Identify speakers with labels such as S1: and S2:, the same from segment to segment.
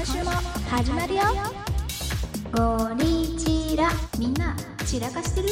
S1: 始まるよゴリチラみんな散らかしてる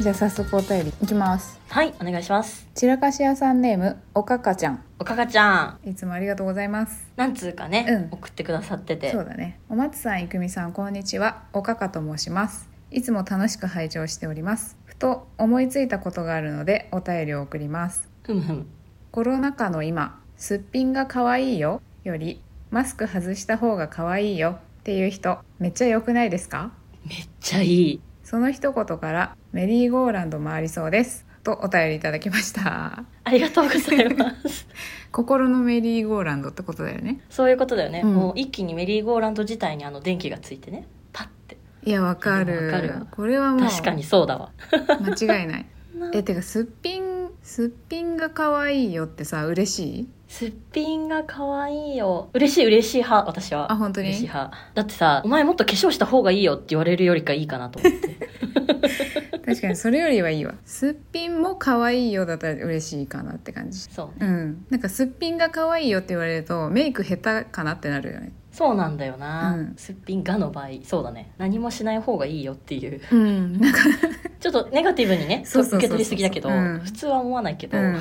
S2: じゃあ早速お便りいきます
S3: はい、お願いします。
S2: 散らかし屋さんネームおかかちゃん
S3: おかかちゃん、
S2: いつもありがとうございます
S3: なんつうかね、
S2: うん
S3: 送ってくださってて
S2: そ。うだねお松さんいくみさんこんにちはおかかと申しますいつも楽しく拝聴しておりますふと思いついたことがあるのでお便りを送ります
S3: ふむふむ。
S2: コロナ禍の今すっぴんが可愛いよよりマスク外した方が可愛いよっていう人めっちゃ良くないですか
S3: めっちゃいい。
S2: その一言からメリーゴーランド回りそうですとお便りいただきました
S3: ありがとうございます。
S2: 心のメリーゴーランドってことだよね
S3: そういうことだよね、
S2: うん
S3: もう一気にメリーゴーランド自体にあの電気がついてね。パッて。
S2: いやわか
S3: い
S2: る
S3: やわかるわ
S2: これはもう
S3: 確かにそうだわ。
S2: 間違いない えてかすっぴんすっぴんが可愛いよってさ嬉しい
S3: すっぴんが可愛いよ。嬉しい嬉しい派、私は。
S2: あ本当に
S3: 嬉し い派。だってさ、お前もっと化粧した方がいいよって言われるよりかいいか なと思って。
S2: 確かにそれよりはいいわすっぴんも可愛いよだったら嬉しいかなって感じ
S3: そうね。
S2: うんなんかすっぴんが可愛いよって言われるとメイク下手かなってなるよね
S3: そうなんだよな、
S2: うん
S3: すっぴんがの場合、そうだね。何もしない方がいいよっていう。
S2: うんなんか、
S3: ちょっとネガティブにね、
S2: そうそうそうそう
S3: 受け取りすぎだけど、
S2: うん
S3: 普通は思わないけど、
S2: うん、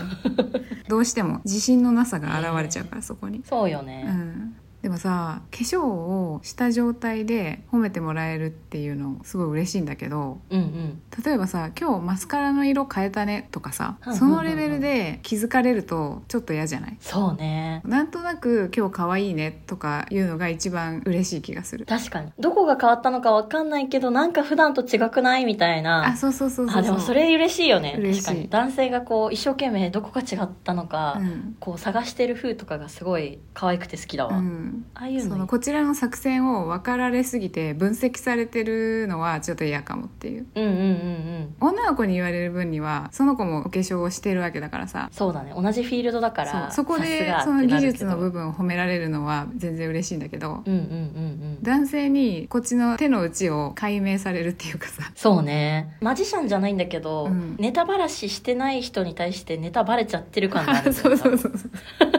S2: どうしても自信のなさが現れちゃうからそこに
S3: そうよ
S2: う
S3: ね、
S2: んでもさ化粧をした状態で褒めてもらえるっていうのすごい嬉しいんだけど
S3: うん、うん
S2: 例えばさ「今日マスカラの色変えたね」とかさ
S3: うんうんうんうん
S2: そのレベルで気づかれるとちょっと嫌じゃない
S3: そうね。
S2: なんとなく「今日可愛いね」とかいうのが一番嬉しい気がする
S3: 確かに。どこが変わったのかわかんないけど、なんか普段と違くないみたいな。
S2: あそうそうそうそう
S3: あ、でもそれ嬉しいよね。
S2: 嬉しい
S3: 確かに。男性がこう、一生懸命どこが違ったのか、
S2: うん
S3: こう探してる風とかがすごい可愛くて好きだわ。
S2: うん
S3: ああいう
S2: そ
S3: のい
S2: の
S3: い
S2: こちらの作戦を分かられすぎて分析されてるのはちょっと嫌かもっていう
S3: うんうんうんうん。
S2: 女の子に言われる分にはその子もお化粧をしてるわけだからさ
S3: そうだね。同じフィールドだか
S2: そう
S3: ら、
S2: そこで
S3: さす
S2: そ
S3: がっ
S2: の
S3: てな
S2: 技
S3: るけど
S2: 術の部分を褒められるのは全然嬉しいんだけど
S3: うんうんうんうん。
S2: 男性にこっちの手の内を解明されるっていうかさ
S3: そうね。マジシャンじゃないんだけど、
S2: うん
S3: ネタバラシしてない人に対してネタバレちゃってる感がある。
S2: そうそうそうそう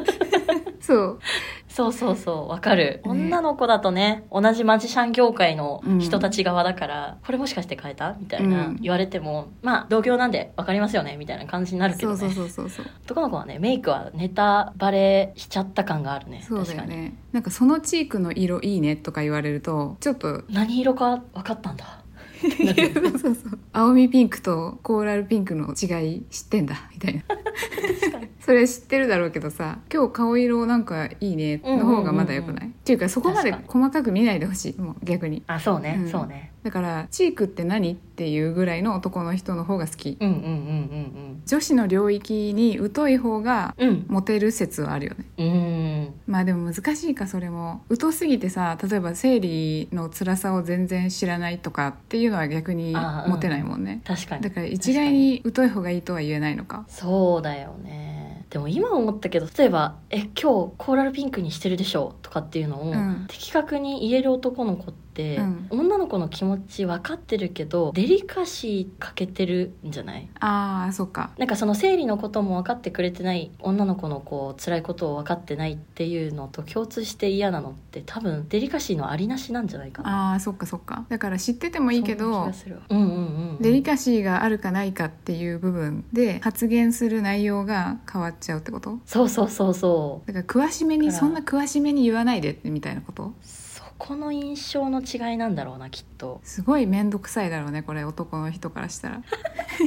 S2: そう
S3: そうそうそう、わかる。
S2: ね
S3: 女の子だとね、同じマジシャン業界の人たち側だから、これもしかして変えたみたいな、
S2: うん
S3: 言われても、まあ、同業なんでわかりますよねみたいな感じに なるけど
S2: そう
S3: ね。
S2: そうそうそうそう
S3: 男の子はね、メイクはネタバレしちゃった感があるね。
S2: そうだ
S3: 確
S2: よ
S3: かに。
S2: ねなんかそのチークの色いいねとか言われるとちょっと
S3: 何色か分かったん だ。
S2: そうそうそう青みピンクとコーラルピンクの違い知ってんだみたいな
S3: 確かに。
S2: それ知ってるだろうけどさ今日顔色なんかいいねの方がまだよくない、
S3: うんうんうん
S2: っていうかそこまで
S3: 確
S2: 細かく見ないでほしいもう逆に
S3: あ、そうね、
S2: うん
S3: そうね。
S2: だからチークって何っていうぐらいの男の人の方が好き
S3: うんうんうんうん
S2: 女子の領域に疎い方が
S3: うん。うん。
S2: モテる説はあるよね
S3: うん。
S2: まあでも難しいかそれも疎すぎてさ例えば生理の辛さを全然知らないとかっていうのは逆に
S3: あーうん
S2: モテないもんね、
S3: 確かに
S2: だ。から一概に疎い方がいいとは言えないのか
S3: そうだよねでも今思ったけど例えば「え今日コーラルピンクにしてるでしょ」とかっていうのを、
S2: うん
S3: 的確に言える男の子って、
S2: うん
S3: 女の子の気持ち分かってるけどデリカシー欠けてるんじゃない
S2: ああそっか
S3: なんかその生理のことも分かってくれてない女の子のこう辛いことを分かってないっていうのと共通して嫌なのって多分デリカシーのありなしなんじゃないかな
S2: ああそっかそっかだから知っててもいいけ
S3: そんな
S2: ど
S3: 気がするわうんうんうんうん
S2: デリカシーがあるかないかっていう部分で発言する内容が変わっちゃうってこと
S3: そうそうそうそう
S2: だから詳しめに
S3: だから
S2: そんな詳しめに言わないでみたいなこと
S3: そこの印象の違いなんだろうなきっと
S2: すごい面倒くさいだろうねこれ男の人からしたら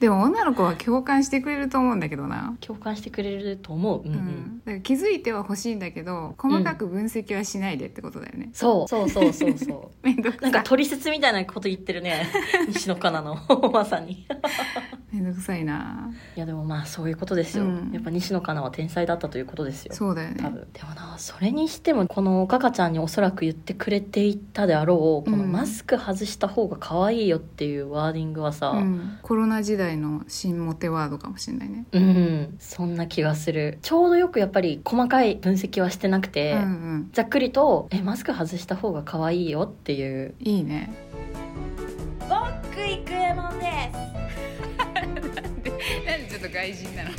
S2: でも女の子は共感してくれると思うんだけどな
S3: 共感してくれると思う、うん
S2: う
S3: うん
S2: ん、だから気づいては欲しいんだけど細かく分析はしないでってことだよね、
S3: そうそうそうそうそ
S2: めんどく
S3: うなん
S2: さ
S3: か
S2: い
S3: 取説みたいなこと言ってる ね西野カナの まさに
S2: めんどくさいない
S3: やでもまあそういうことですよ、
S2: うん
S3: やっぱ西野カナは天才だったということですよ
S2: そうだよ
S3: 多
S2: ね
S3: 分でもなそれにしてもこのかかちゃんにおそらく言ってくれていたであろうこの
S2: うん
S3: マスク外した方が可愛いよっていうワーディングはさ
S2: う、ん、コロナ時代の新モテワードかもしれないね、
S3: うん、そんな気がするちょうどよくやっぱり細かい分析はしてなくて、
S2: うんうん
S3: ざっくりと「えマスク外した方が可愛いよ」っていう
S2: いいね
S3: ボックイクエモンです
S2: なんでちょっと外人なの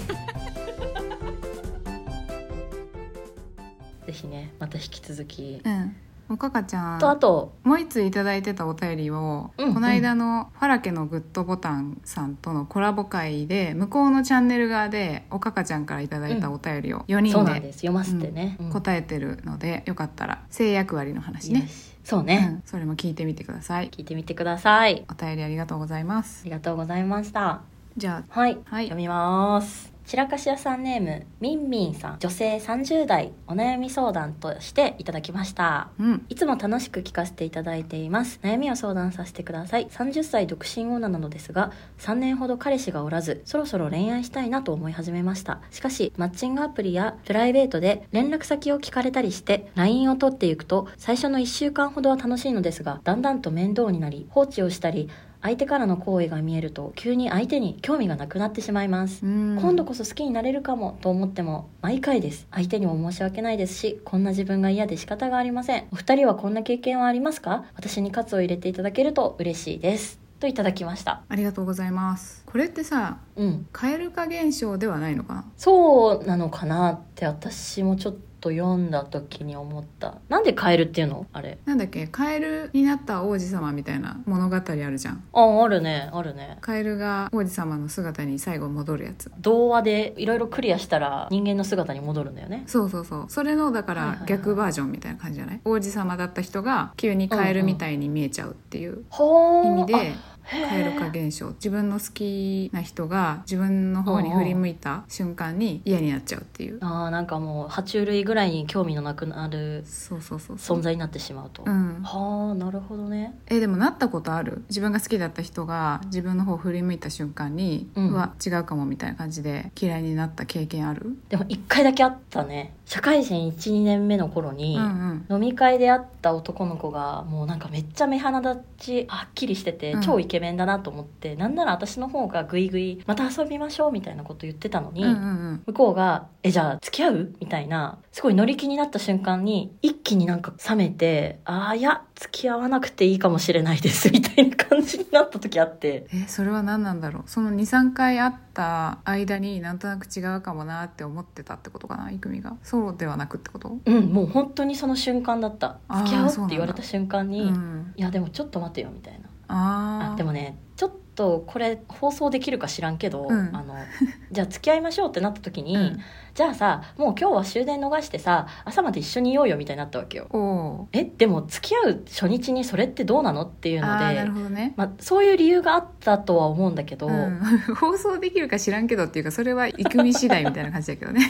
S3: ひねまた引き続き、
S2: うんおかかちゃん
S3: とあと
S2: もう一ついただいてたお便りを、
S3: うん
S2: この間のファラケのグッドボタンさんとのコラボ会で向こうのチャンネル側でおかかちゃんからいただいたお便りを4
S3: そ
S2: 人
S3: うなん
S2: で
S3: です読ませてね、うん
S2: 答えてるので、よかったら性役割の話ね、
S3: そう
S2: う
S3: ね、
S2: ん、それも聞いてみてください
S3: 聞いてみてください
S2: お便りありがとうございま
S3: あ
S2: す
S3: りがとうございました
S2: じゃあ
S3: はい、
S2: はい
S3: 読みます散らかし屋さんネームみんみんさん女性30代お悩み相談としていただきました
S2: うん
S3: いつも楽しく聞かせていただいています悩みを相談させてください30歳独身女なのですが3年ほど彼氏がおらずそろそろ恋愛したいなと思い始めましたしかしマッチングアプリやプライベートで連絡先を聞かれたりして LINE を取っていくと最初の1週間ほどは楽しいのですがだんだんと面倒になり放置をしたり相手からの行為が見えると急に相手に興味がなくなってしまいます
S2: うん
S3: 今度こそ好きになれるかもと思っても毎回です相手にも申し訳ないですしこんな自分が嫌で仕方がありませんお二人はこんな経験はありますか私に喝を入れていただけると嬉しいですといただきました
S2: ありがとうございますこれってさ
S3: うん
S2: 蛙化現象ではないのかな
S3: そうなのかなって私もちょっと読んだ時に思ったなんでカエルっていうのあれ
S2: なんだっけカエルになった王子様みたいな物語あるじゃん
S3: ああるねあるね
S2: カエルが王子様の姿に最後戻るやつ
S3: 童話でいろいろクリアしたら人間の姿に戻るんだよね
S2: そうそうそうそれのだか
S3: はいはい
S2: ら
S3: はい
S2: 逆バージョンみたいな感じじゃない王子様だった人が急にカエルみたいに見えちゃうっていう
S3: ほ
S2: 意味
S3: ー
S2: で蛙化現象自分の好きな人が自分の方に振り向いた瞬間に嫌になっちゃうっていう
S3: ああーなんかもう爬虫類ぐらいに興味のなくなる
S2: そうそうそうそう
S3: 存在になってしまうと、
S2: うん、
S3: はあなるほどね
S2: えでもなったことある自分が好きだった人が自分の方振り向いた瞬間に、
S3: う
S2: うんわ違うかもみたいな感じで嫌いになった経験ある、
S3: でも1回だけあったね社会人12年目の頃に、
S2: うんうん
S3: 飲み会で会った男の子がもうなんかめっちゃ目鼻立ちはっきりしてて
S2: うん
S3: 超イケメンだなと思って、なんなら私の方がグイグイまた遊びましょうみたいなこと言ってたのに、
S2: うんうん
S3: 向こうが「えじゃあ付き合う?」みたいなすごい乗り気になった瞬間に一気になんか冷めて「ああいや付き合わなくていいかもしれないです」みたいな感じになった時あって
S2: えそれは何なんだろうその23回会った間になんとなく違うかもなって思ってたってことかないくみがそうではなくってこと
S3: うんもう本当にその瞬間だった
S2: あー
S3: 付き合うっ
S2: そうなん
S3: て
S2: だ
S3: 言われた瞬間
S2: う
S3: に「
S2: ん、
S3: いやでもちょっと待てよ」みたいな
S2: あ
S3: あ
S2: あ
S3: でもねちょっとこれ放送できるか知らんけど、
S2: うん
S3: あの じゃあ付き合いましょうってなった時に、
S2: うん
S3: じゃあさもう今日は終電逃してさ朝まで一緒にいようよみたいになったわけよ
S2: おお
S3: えでも付き合う初日にそれってどうなのってい
S2: ー
S3: うの
S2: あーな
S3: で
S2: るほどね、
S3: まあ、そういう理由があったとは思うんだけど、
S2: うん、 放送できるか知らんけどっていうかそれは育み次第みたいな感じだけどね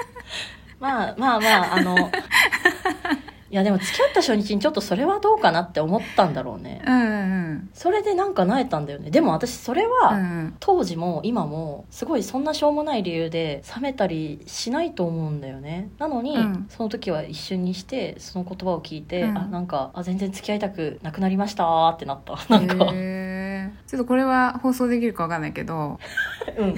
S3: まあまあまああのいやでも付き合った初日にちょっとそれはどうかなって思ったんだろうね
S2: うんうん
S3: それでなんかなえたんだよねでも私それ
S2: う
S3: は、
S2: ん
S3: 当時も今もすごいそんなしょうもない理由で冷めたりしないと思うんだよねなのに、
S2: うん
S3: その時は一瞬にしてその言葉を聞いて、
S2: うん
S3: あなんかあ全然付き合いたくなくなりました ーってなったなんか、
S2: へーちょっとこれは放送できるかわかんないけど
S3: うん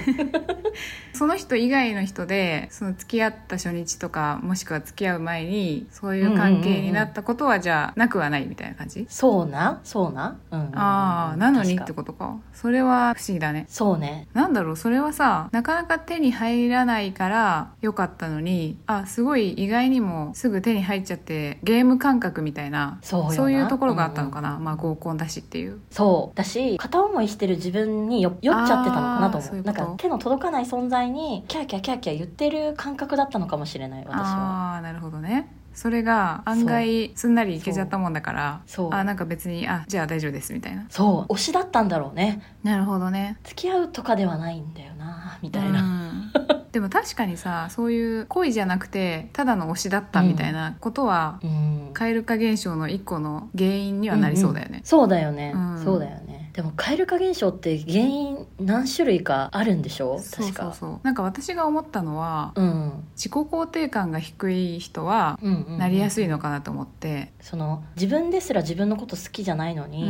S2: その人以外の人でその付き合った初日とかもしくは付き合う前にそういう関係になったことはじゃあなくはないみたいな感じ、
S3: そうなそうな、うんうんうん
S2: ああなのにって
S3: 確か
S2: ことかそれは不思議だね
S3: そうね
S2: なんだろうそれはさなかなか手に入らないから良かったのにあすごい意外にもすぐ手に入っちゃってゲーム感覚みたいな
S3: そうよな
S2: いうところがあったのかな、まあ合コンだしっていう
S3: そうだし片思いしてる自分によ酔っちゃってたのかな
S2: あー
S3: と思う
S2: そういうこ
S3: なん
S2: と
S3: か手の届かない存在にキャーキャーキャーキャー言ってる感覚だったのかもしれない私は。
S2: ああなるほどねそれが案外すんなりいけちゃったもんだから
S3: そうそう
S2: あなんか別にあじゃあ大丈夫ですみたいな
S3: そう推しだったんだろうね
S2: なるほどね
S3: 付き合うとかではないんだよなみ
S2: う
S3: たいな、
S2: んでも確かにさそういう恋じゃなくてただの推しだったみたいなことは、
S3: うん
S2: 蛙化現象の一個の原因にはなりそうだよね、
S3: そうだよね、
S2: うん
S3: そうだよねでも蛙化現象って原因何種類かあるんでしょ
S2: そう
S3: 確
S2: そう
S3: か
S2: そうなんか私が思ったのは、
S3: うん
S2: 自己肯定感が低い人は
S3: うんうんうん
S2: なりやすいのかなと思って、
S3: その自分ですら自分のこと好きじゃないの
S2: うん
S3: に、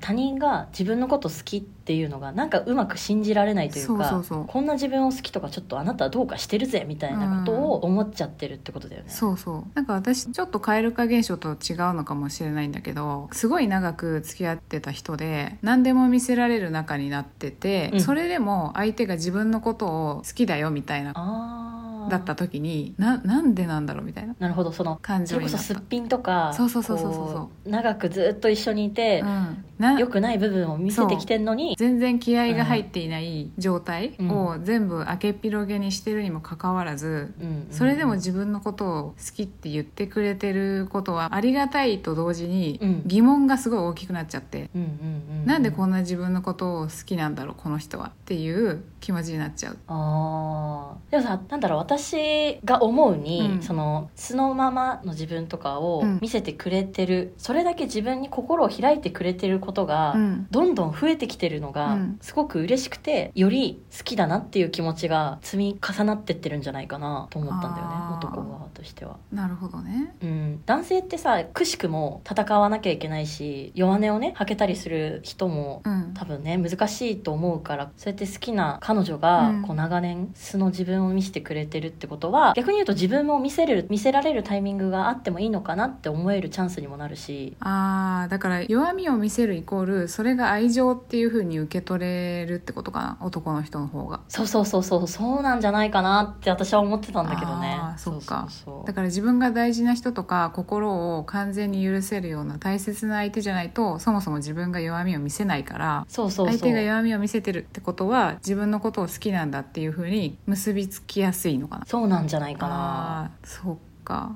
S3: 他人が自分のこと好きっていうのがなんかうまく信じられないというか
S2: そうそうそう
S3: こんな自分を好きとかちょっとあなたはどうかしてるぜみたいなことを思っちゃってるってことだよね、
S2: そうそうなんか私ちょっと蛙化現象と違うのかもしれないんだけどすごい長く付き合ってた人で何でも見せられる仲になってて、
S3: うん
S2: それでも相手が自分のことを好きだよみたいな
S3: あ
S2: だった時にななんでなんだろうみたいな
S3: なるほどその
S2: 感
S3: そ
S2: 情
S3: れ
S2: に
S3: こそ
S2: なっ。
S3: すったぴんとか
S2: そうそうそうそうそう
S3: こう長くずっと一緒にいて
S2: う、ん、な
S3: 良くない部分を見せてきてんのに
S2: 全然気合が入っていない状態
S3: うん
S2: を全部開けっ広げにしてるにもかかわらず
S3: うんうん
S2: それでも自分のことを好きって言ってくれてることはありがたいと同時に
S3: うん
S2: 疑問がすごい大きくなっちゃって
S3: うんうんうん、
S2: なんでこ
S3: ん
S2: んな自分のことを好きなんだろうこの人はっていう気持ちになっちゃう。
S3: あーでもさなんだろう私が思うに、
S2: うん
S3: その素のままの自分とかを
S2: うん
S3: 見せてくれてる、それだけ自分に心を開いてくれてることが、
S2: うん
S3: どんどん増えてきてるのが、
S2: うん
S3: すごく嬉しくてより好きだなっていう気持ちが積み重なってってるんじゃないかなと思ったんだよね
S2: あー
S3: 男側としては。
S2: なるほどね。
S3: うん、男性ってさくしくも戦わなきゃいけないし弱音をね吐けたりする人も
S2: うん、
S3: 多分ね難しいと思うからそうやって好きな彼女が、
S2: うん
S3: こう長年素の自分を見せてくれてるってことは逆に言うと自分も見せれる見せられるタイミングがあってもいいのかなって思えるチャンスにもなるし
S2: あーだから弱みを見せるイコールそれが愛情っていう風に受け取れるってことかな男の人の方が
S3: そうそうそうそうそうなんじゃないかなって私は思ってたんだけどね
S2: あーそっか
S3: そうそうそ
S2: だ
S3: う
S2: から自分が大事な人とか心を完全に許せるような大切な相手じゃないとそもそも自分が弱みを見せないから
S3: そうそうそう
S2: 相手が弱みを見せてるってことは自分のことを好きなんだっていう風に結びつきやすいのかな
S3: そうなんじゃないかな
S2: あーそっか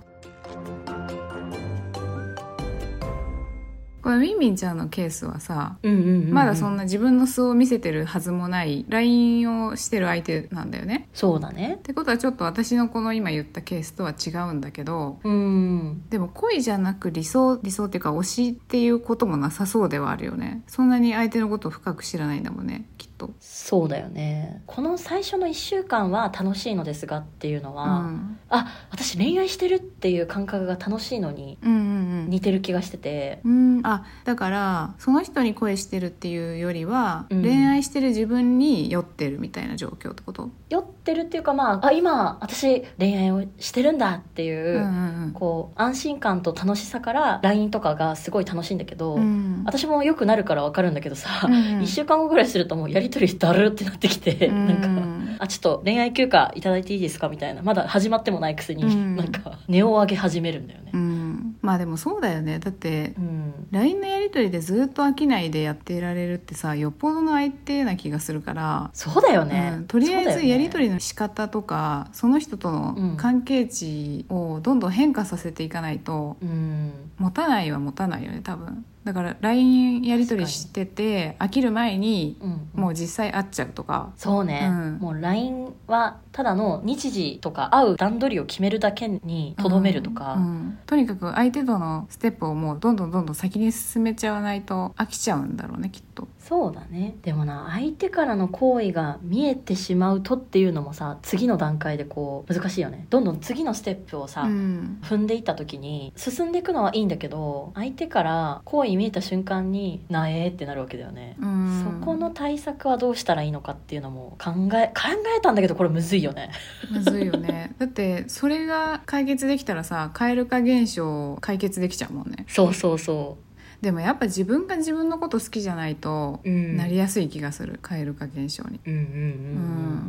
S2: このみンみンちゃんのケースはさ
S3: うんうんうんうん
S2: まだそんな自分の素を見せてるはずもない LINE をしてる相手なんだよね。
S3: そうだね
S2: ってことはちょっと私のこの今言ったケースとは違うんだけど
S3: うん
S2: でも恋じゃなく理想理想っていうか推しっていうこともなさそうではあるよねそんなに相手のことを深く知らないんだもんねきっと。
S3: そうだよねこの最初の1週間は楽しいのですがっていうの
S2: う
S3: は、
S2: ん、
S3: あ私恋愛してるっていう感覚が楽しいのに
S2: うんうんうん
S3: 似てる気がしてて
S2: うん、あだからその人に恋してるっていうよりは、
S3: うん
S2: 恋愛してる自分に酔ってるみたいな状況ってこと、
S3: 酔ってるっていうかまああ今私恋愛をしてるんだってい
S2: うん
S3: う、
S2: うん
S3: こう安心感と楽しさから LINE とかがすごい楽しいんだけど、
S2: うんうん
S3: 私も良くなるから分かるんだけどさ、
S2: うんうん
S3: 1週間後ぐらいするともうやり取りだるってなってきて、
S2: うん
S3: なんか。あちょっと恋愛休暇いただいていいですかみたいなまだ始まってもないくせに、
S2: うん
S3: なんか根を上げ始めるんだよね
S2: う、ん、まあでもそうだよねだって
S3: うん、
S2: LINE のやり取りでずっと飽きないでやっていられるってさよっぽどの相手な気がするから、
S3: そうだよね、
S2: うんとりあえずやり取
S3: り
S2: りの仕方とかそ,、の人と
S3: うん
S2: の関係値をどんどん変化させていかないと、
S3: うん
S2: 持たないは持たないよね多分だから LINE やり取りしてて飽きる前に
S3: うん
S2: もう実際会っちゃうとか、
S3: そうね、
S2: うん
S3: もう LINE はただの日時とか会う段取りを決めるだけにとどめるとか、
S2: うんうんとにかく相手とのステップをもうどんどんどんどん先に進めちゃわないと飽きちゃうんだろうねきっと。
S3: そうだねでもな相手からの行為が見えてしまうとっていうのもさ次の段階でこう難しいよねどんどん次のステップをさ、
S2: うん
S3: 踏んでいった時に進んでいくのはいいんだけど相手から行為見えた瞬間に「なえ」ってなるわけだよね、
S2: うん
S3: そこの対策はどうしたらいいのかっていうのも考え考えたんだけどこれむずいよね
S2: むずいよ ねだってそれが解決できたらさ蛙化現象解決できちゃうもんね
S3: そうそうそ
S2: でもやっぱ自分が自分のこと好きじゃないと
S3: う、うん、
S2: なりやすい気がする蛙化現象に
S3: うんうんうんうん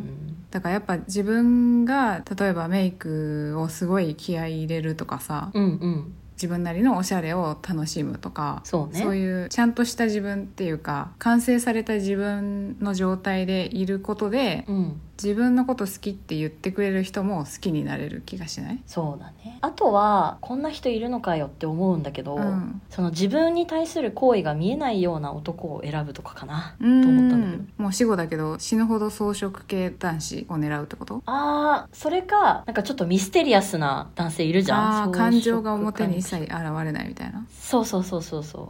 S2: だからやっぱ自分が例えばメイクをすごい気合い入れるとかさ
S3: うんうんうん
S2: 自分なりのおしゃれを楽しむとか
S3: そうね
S2: そういうちゃんとした自分っていうか完成された自分の状態でいることで
S3: うん
S2: 自分のこと好きって言ってくれる人も好きになれる気がしない
S3: そうだねあとはこんな人いるのかよって思うんだけど、
S2: うん
S3: その自分に対する行為が見えないような男を選ぶとかかな
S2: うん
S3: と思ったんだけど
S2: もう死後だけど死ぬほど草食系男子を狙うってこと
S3: あーそれかなんかちょっとミステリアスな男性いるじゃん
S2: ああ
S3: そう
S2: ー
S3: いう
S2: 感情が
S3: 職
S2: 表に一
S3: 感
S2: 切現れないみたいな
S3: そうそうそうそうそう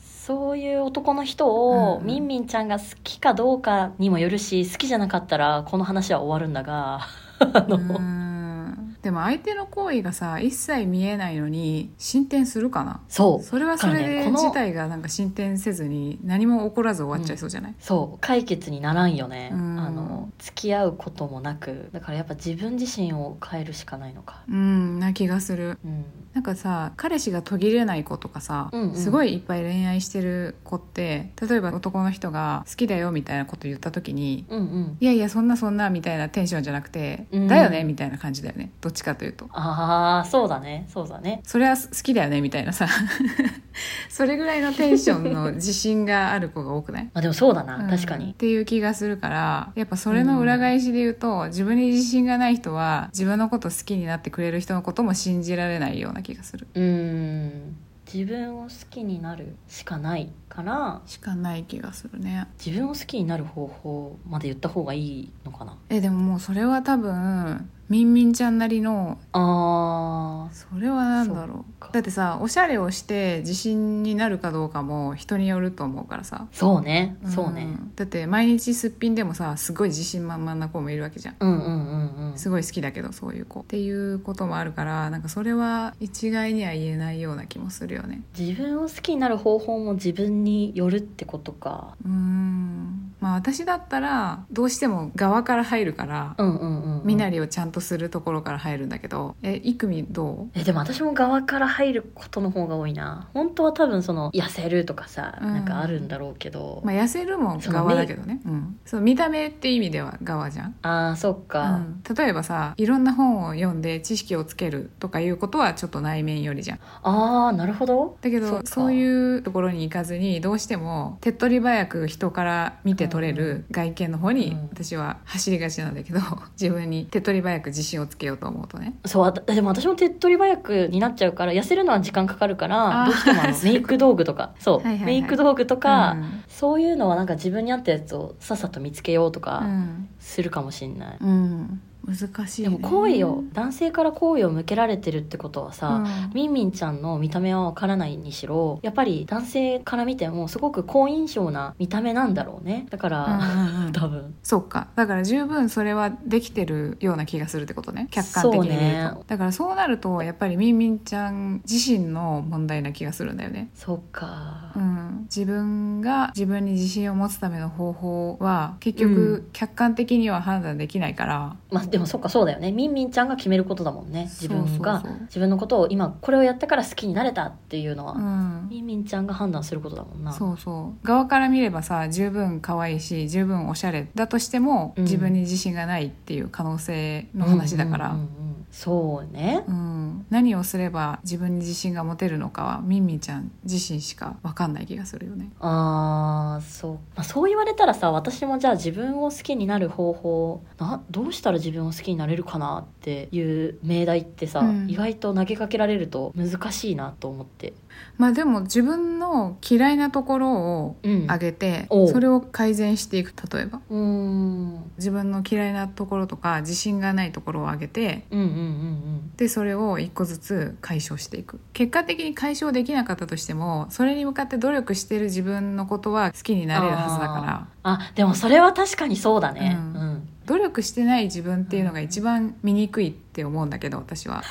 S3: そういう男の人を、
S2: うん
S3: みんみんちゃんが好きかどうかにもよるし好きじゃなかったらこの話は終わるんだがあ
S2: う
S3: の、
S2: ーんでも相手の行為がさ一切見えないのに進展するかな
S3: そう
S2: それはそれ
S3: だからね
S2: で
S3: この
S2: 事態がなんか進展せずに何も起こらず終わっちゃいそうじゃない、
S3: そう解決にならんよね、
S2: うん
S3: あの付き合うこともなくだからやっぱ自分自身を変えるしかないのか、
S2: うんな気がする
S3: うん、
S2: なんかさ彼氏が途切れない子とかさ、
S3: うんうん
S2: すごいいっぱい恋愛してる子って例えば男の人が「好きだよ」みたいなこと言った時に
S3: うんうん
S2: 「いやいやそんなそんな」みたいなテンションじゃなくて「
S3: うん
S2: だよね」みたいな感じだよねどっちかというと
S3: ああそうだねそうだね
S2: 「それは好きだよね」みたいなさ それぐらいのテンションの自信がある子が多く ない
S3: まあでもそうだな、
S2: うん
S3: 確か
S2: っ
S3: に
S2: ていう気がするからやっぱそれの裏返しで言うと、自分に自信がない人は自分のこと好きになってくれる人のことも信じられないような気がする
S3: うん自分を好きになるしかないから
S2: しかない気がするね
S3: 自分を好きになる方法まで言った方がいいのかな
S2: えでももうそれは多分みんみんちゃんなりの
S3: あー
S2: それは何だろ
S3: そっか
S2: うだってさおしゃれをして自信になるかどうかも人によると思うからさ
S3: そうねそうね、
S2: んだって毎日すっぴんでもさすごい自信満々な子もいるわけじゃん
S3: うん、うんうんうん
S2: すごい好きだけどそういう子っていうこともあるからなんかそれは一概には言えないような気もするよね
S3: 自分を好きになる方法も自分によるってことか
S2: うーんまあ私だったらどうしても側から入るから、
S3: うんうんうん、うん、
S2: 身なりをちゃんとするところから入るんだけどえいくみど
S3: えでも私も側から入ることの方が多いな本当は多分その痩せるとかさ、
S2: うん
S3: なんかあるんだろうけど、
S2: う、まあ、痩せるも側だけどねうん、そう見た目って意味では側じゃん、
S3: ああそっ
S2: う
S3: か、
S2: ん、例えばさいろんな本を読んで知識をつけるとかいうことはちょっと内面よりじゃん
S3: ああなるほど
S2: だけど
S3: そ
S2: そ
S3: っ
S2: う
S3: か
S2: いうところに行かずにどうしても手っ取り早く人から見て取れる外見の方
S3: う
S2: に
S3: ん
S2: 私は走りがちなんだけど 自分に手っ取り早く自信をつけようと思うとね
S3: そうあたでも私も手っ取り早くになっちゃうから痩せるのは時間かかるか
S2: あ
S3: ら
S2: ー
S3: どうしてもあ の
S2: そう
S3: メ
S2: いうこと
S3: イク道具とかそう、
S2: はいはいはい
S3: メイク道具とか、
S2: うん
S3: そういうのはなんか自分に合ったやつをさっさと見つけようと
S2: う
S3: か
S2: ん
S3: するかもしんない、
S2: うん難しい、
S3: で
S2: ね、
S3: も好意を男性から好意を向けられてるってことはさ、
S2: うん
S3: みんみんちゃんの見た目はわからないにしろやっぱり男性から見てもすごく好印象な見た目なんだろうねだから、
S2: うんうんうん
S3: 多分
S2: そっかだから十分それはできてるような気がするってことね客観的に見ると、
S3: そうね
S2: だからそうなるとやっぱりみんみんちゃん自身の問題な気がするんだよね
S3: そうか、
S2: うん、自分が自分に自信を持つための方法は結
S3: う
S2: 局客観的には判断できないから、
S3: まあでもそっかそうだよねみんみんちゃんが決めることだもんね自分が
S2: そうそうそう
S3: 自分のことを今これをやったから好きになれたっていうのは、
S2: うん、
S3: みんみんちゃんが判断することだもんな
S2: そうそう側から見ればさ十分可愛いし十分おしゃれだとしても、
S3: うん
S2: 自分に自信がないっていう可能性の話だから、
S3: うんうんうんうんそうね
S2: うん何をすれば自分に自信が持てるのかはみんみんちゃん自身しか分かんない気がするよね。
S3: あーそう、まあ、そう言われたらさ私もじゃあ自分を好きになる方法などうしたら自分を好きになれるかなっていう命題ってさ、
S2: うん
S3: 意外と投げかけられると難しいなと思って、
S2: まあでも自分の嫌いなところを
S3: うん、
S2: 上げて、
S3: おう
S2: それを改善していく例えば
S3: うーんうん
S2: 自分の嫌いなところとか自信がないところを上げて
S3: うんうんうん
S2: でそれを一個ずつ解消していく結果的に解消できなかったとしてもそれに向かって努力してる自分のことは好きになれるはずだから
S3: あでもそれは確かにそうだね
S2: うん
S3: うん
S2: 努力してない自分っていうのが一番醜いって思うんだけど私は。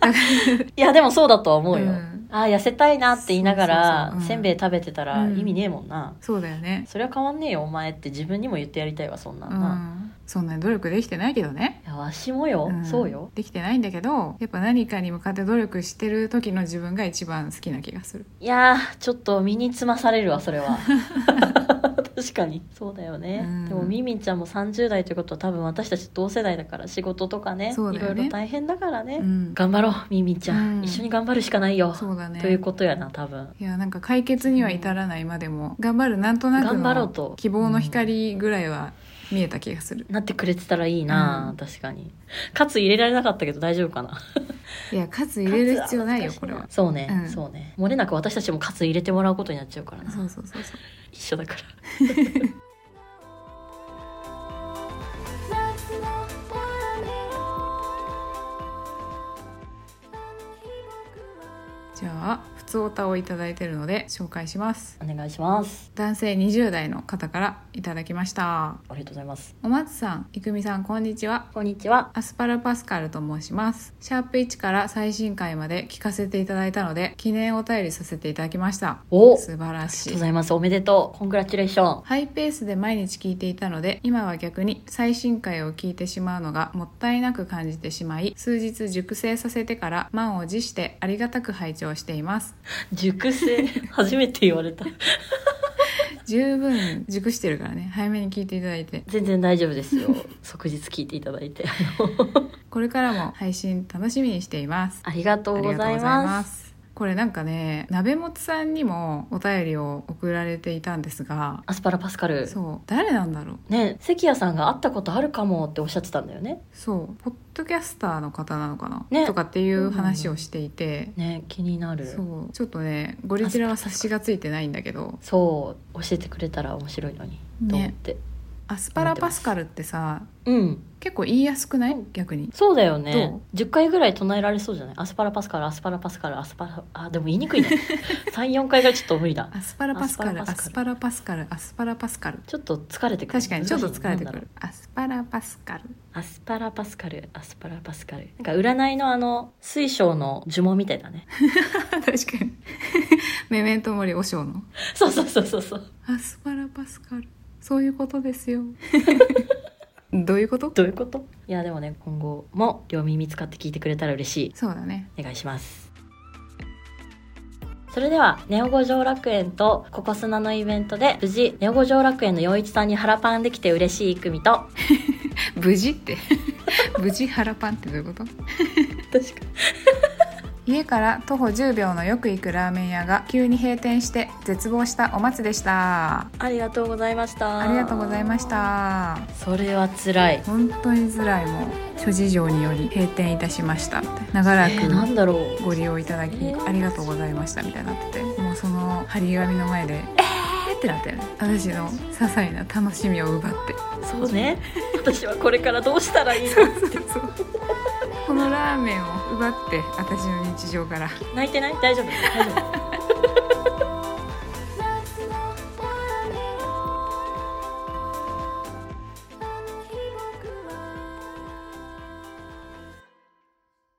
S2: だか
S3: いやでもそうだとは思うよ、
S2: うん
S3: ああ痩せたいなって言いながら
S2: そうそうそううん
S3: せんべい食べてたら
S2: うん
S3: 意味ねえもんな、
S2: そうだよね、
S3: それは変わんねえよお前って自分にも言ってやりたいわそんな
S2: うん
S3: な、
S2: ん、そんなに努力できてないけどね。
S3: いやわしもよ、
S2: ん
S3: そうよ
S2: できてないんだけどやっぱ何かに向かって努力してる時の自分が一番好きな気がする
S3: いやーちょっと身につまされるわそ れは確かにそうだよね、
S2: うん
S3: でもみみんちゃんも30代ということは多分私たち同世代だから仕事とかね
S2: そうだ
S3: い
S2: よ
S3: ろ
S2: ね
S3: いろ大変だからね、
S2: うん
S3: 頑張ろうみみんちゃん、
S2: うん
S3: 一緒に頑張るしかないよ、
S2: そうだね
S3: ということやな多分
S2: いやなんか解決には至らないまでも頑張るなんとなく
S3: 頑張ろうと
S2: の希望の光ぐらいは見えた気がする、
S3: なってくれてたらいいな、
S2: うん
S3: 確かにカツ入れられなかったけど大丈夫かない
S2: や数入れる必要ないよこれは
S3: そうね、
S2: うん
S3: そうね漏れなく私たちもカツ入れてもらうことになっちゃうからな
S2: そうそうそうそう
S3: 一緒だから
S1: 夏の種
S2: じゃあ普つおたをいただいているので紹介します
S3: お願いします
S2: 男性20代の方からいただきました
S3: ありがとうございます
S2: お松さん、いくみさんこんにちは
S3: こんにちは
S2: アスパラパスカルと申しますシャープ1から最新回まで聞かせていただいたので記念お便りさせていただきました
S3: おありがと
S2: 素晴らし
S3: う
S2: い
S3: ございますおめでとうコングラチュレーション
S2: ハイペースで毎日聞いていたので今は逆に最新回を聞いてしまうのがもったいなく感じてしまい数日熟成させてから満を持してありがたく拝聴してい ます
S3: 熟成初めて言われた
S2: 十分熟してるからね早めに聞いていただいて
S3: 全然大丈夫ですよ即日聞いていただ いて
S2: これからも配信楽しみにしています
S3: ありがとうございます
S2: すこれなんかね鍋もつさんにもお便りを送られていたんですが
S3: アスパラパスカル
S2: そう誰なんだろう
S3: ね関谷さんが会ったことあるかもっておっしゃってたんだよね
S2: そうポッドキャスターの方なのかな、
S3: ね
S2: とかっていう話をしていて、
S3: ね気になる
S2: そうちょっとねゴリチラは察しがついてないんだけど
S3: そう教えてくれたら面白いのに、
S2: ね
S3: と思って
S2: アスパラパスカルってさ
S3: うん
S2: 結構言いやすくない逆に
S3: そうだよ
S2: ど
S3: ね10回ぐらい唱えられそうじゃないアスパラパスカルアスパラパスカルアスパラあでも言いに くいね34回がちょっと無理だ
S2: アスパラパスカルア
S3: アス
S2: ス
S3: パ
S2: パラパスカルアスパラパスカル
S3: ちょっと疲れてくる
S2: 確かにちょっと疲れて
S3: な
S2: く
S3: んだろ
S2: るアスパラパスカル
S3: うアスパラパスカルアスパラパスカルなんか占いのあの水晶の呪文みたいだね
S2: 確かにメメントモリお尚の
S3: そうそうそうそうそう
S2: アスパラパスカルそういうことです よどういうこと
S3: どういうこといやでもね今後も両耳使って聞いてくれたら嬉しい
S2: そうだね
S3: お願いしますそれではネオ五条楽園とココスナのイベントで無事ネオ五条楽園の陽一さんに腹パンできて嬉しい組と
S2: 無事って 無事腹パンってどういうこと
S3: 確か
S2: 家から徒歩10秒のよく行くラーメン屋が急に閉店して絶望したお松でした
S3: ありがとうございました
S2: ありがとうございました
S3: それは辛い
S2: 本当に辛いもう諸事情により閉店いたしました長ら
S3: えー、な
S2: く
S3: んだろう
S2: ご利用いただきありがとうございましたみたいになっててもうその張り紙の前でえーってなってる私の些細な楽しみを奪って
S3: そうね私はこれからどうしたらいいの
S2: このラーメンを奪って私の日常から
S3: 泣いてない大丈夫大丈